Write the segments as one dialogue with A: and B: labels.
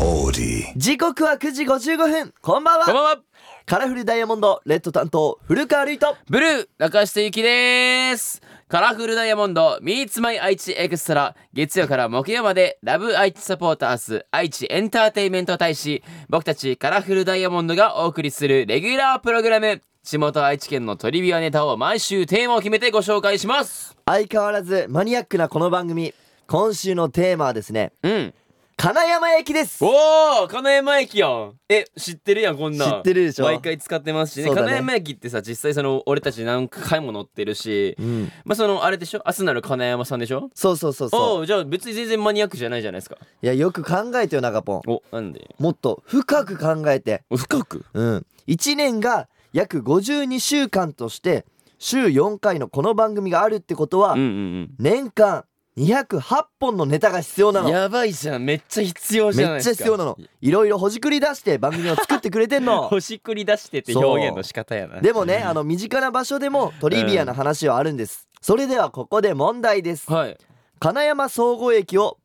A: オーディ
B: 時刻は9時55分こんばん
C: こ
B: は
C: んばんは
B: カラフルダイヤモンドレッド担当古川瑠衣と
C: ブルー中下ゆきですカラフルダイヤモンド Meets My 愛知エクストラ月曜から木曜までラブ愛知サポーターズ愛知エンターテインメント大使僕たちカラフルダイヤモンドがお送りするレギュラープログラム地元愛知県のトリビアネタを毎週テーマを決めてご紹介します
B: 相変わらずマニアックなこの番組今週のテーマはですね
C: うん
B: 金山駅です
C: おお金山駅やんえ知ってるやんこんなん
B: 知ってるでしょ
C: 毎回使ってますしね
B: そうだね
C: 金山駅ってさ実際その俺たち何回も乗ってるし、
B: うん
C: まあそのあれでしょアスナル金山さんでしょ
B: そうそうそう
C: お
B: そう
C: うじゃあ別に全然マニアックじゃないじゃないですか
B: いやよく考えてよ長ポン
C: おなんで
B: もっと深く考えて
C: 深く
B: うん1年が約52週間として週4回のこの番組があるってことは
C: うんうん
B: 年間208本のネタが必要な
C: うん
B: の
C: やばいじゃんめっちゃ必要じゃな
B: め
C: いで
B: っ
C: すか
B: ちゃ必要なのいろいろほじくり出して番組を作ってくれてん の
C: ほしくり出してって
B: そう
C: 表現の仕方やな
B: でもねあの身近な場所でもトリビアの話はあるんです、それではここで問題です
C: はい
B: 金山総合駅を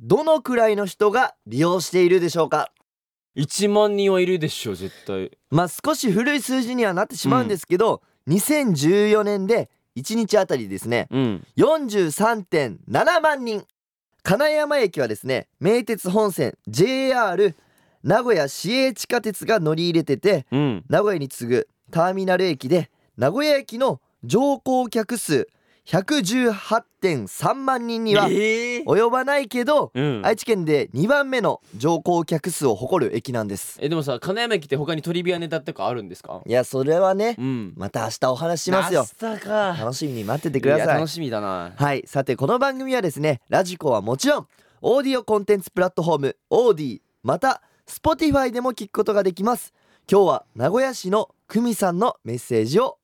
B: どのくらいの人が利用しているでしょうか
C: 1万人はいるでしょ絶対
B: まあ少し古い数字にはなってしまうんですけど、2014年で1日あたりですね
C: うん
B: 43.7万人金山駅はですね名鉄本線 JR 名古屋市営地下鉄が乗り入れてて
C: うん
B: 名古屋に次ぐターミナル駅で名古屋駅の乗降客数118.3万人には
C: えー
B: 及ばないけど、
C: うん
B: 愛知県で2番目の乗降客数を誇る駅なんです
C: えでもさ金山駅って他にトリビアネタとかあるんですか
B: いやそれはね
C: うん
B: また明日お話ししますよ
C: 明日か
B: 楽しみに待っててくだ
C: いや
B: さい
C: 楽しみだな
B: はいさてこの番組はですねラジコはもちろんオーディオコンテンツプラットフォームオーディまた Spotify でも聞くことができます今日は名古屋市の久美さんのメッセージを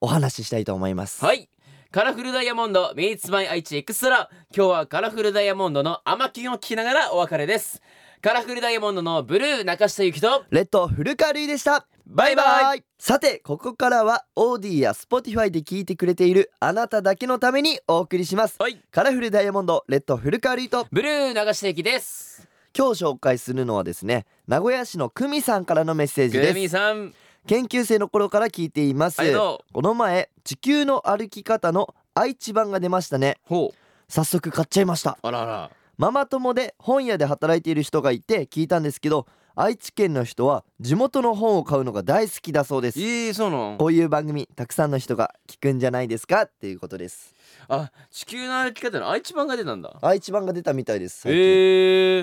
B: お話ししたいと思います
C: はいカラフルダイヤモンド Meets My 愛知エクストラ今日はカラフルダイヤモンドのアマキュンを聞きながらお別れですカラフルダイヤモンドのブルー中下ゆきと
B: レッド古川瑠衣でした
C: バイバイ
B: さてここからはオーディや Spotify で聞いてくれているあなただけのためにお送りします
C: はい
B: カラフルダイヤモンドレッド古川瑠衣と
C: ブルー中下ゆきです
B: 今日紹介するのはですね名古屋市の久美さんからのメッセージ
C: グ
B: で
C: レ
B: す
C: ミーさん
B: 研究生の頃から聞いています
C: ありがと
B: この前地球の歩き方の愛知版が出ましたね
C: うほ
B: 早速買っちゃいました
C: うあらあら
B: ママ友で本屋で働いている人がいて聞いたんですけど愛知県の人は地元の本を買うのが大好きだそうです
C: えー、そうなん
B: こういう番組たくさんの人が聞くんじゃないですかっていうことです
C: あ地球の歩き方の愛知版が出たんだ
B: 愛知版が出たみたいです最近
C: え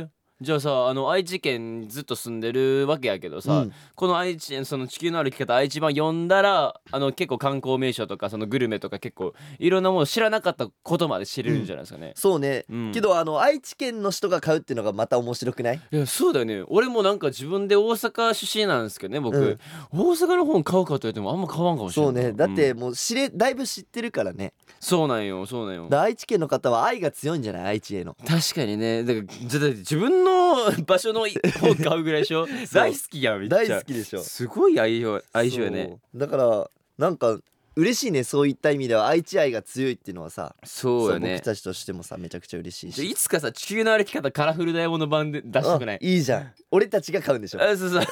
C: ー、じゃあさあの愛知県ずっと住んでるわけやけどさ、
B: うん
C: この愛知その地球の歩き方愛知版読んだらあの結構観光名所とかそのグルメとか結構いろんなもの知らなかったことまで知れるんじゃないですかね。
B: そうね、
C: うん
B: けどあの愛知県の人が買うっていうのがまた面白くない
C: いやそうだよね俺もなんか自分で大阪出身なんですけどね僕、
B: うん
C: 大阪の本買うかと言ってもあんま買わんかもしれな
B: そ
C: い
B: ね
C: う
B: だって
C: ん
B: もう知れだいぶ知ってるからね
C: そうなんよそうなんよ
B: だから愛知県の方は愛が強いんじゃない愛知への
C: 確かにねだからだって自分の場所の本買うぐらいでしょ大好きやんめっちゃ
B: 大好きでしょ
C: すごい相性相性やね
B: そうだからなんか嬉しいねそういった意味では愛知愛が強いっていうのはさ
C: そうや
B: そう
C: ね
B: 僕たちとしてもさめちゃくちゃ嬉しい
C: ちょ
B: し
C: いつかさ地球の歩き方カラフルダイヤモンド版で出したくない
B: あいいじゃん俺たちが買うんでしょ、
C: あそうそう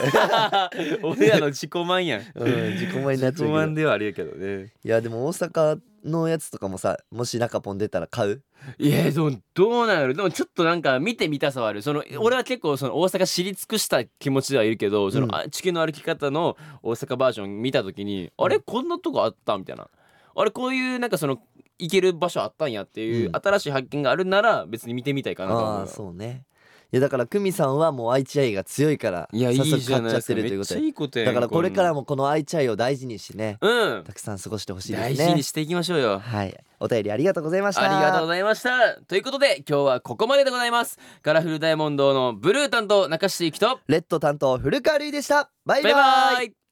C: 俺らの自己満やん
B: うん、自己満になっちゃ
C: 自己
B: うけ
C: 満
B: ど
C: ではあるけどね
B: いやでも大阪のやつとかもさもし中ポン出たら買う
C: いやでもどうなのでもちょっとなんか見てみたさはあるその俺は結構その大阪知り尽くした気持ちではいるけどその、
B: うん
C: あ地球の歩き方の大阪バージョン見た時に、あれこんなとこあったみたいなあれこういうなんかその行ける場所あったんやっていう、
B: うん
C: 新しい発見があるなら別に見てみたいかなと
B: あ
C: 思
B: あ
C: う
B: そうねいやだから久美さんはもう愛知愛が強いから
C: いやいい
B: 早速
C: じゃ
B: 買っ
C: ない
B: ちゃ
C: で
B: ってる
C: すか
B: という
C: めっ
B: こと
C: ちゃ
B: で
C: いいことやん
B: だからこれから
C: も
B: もこの愛知愛を大事にしてね
C: うん
B: たくさん過ごしてほしいです
C: 大
B: ね
C: 事にしていきましょうよ
B: はいお便りありがとうございました
C: ありがとうございましたということで今日はここまででございますカラフルダイヤモンドのブルー担当中下ゆきと
B: レッド担当古川瑠衣でしたバイバ
C: バイ
B: イ
C: バイ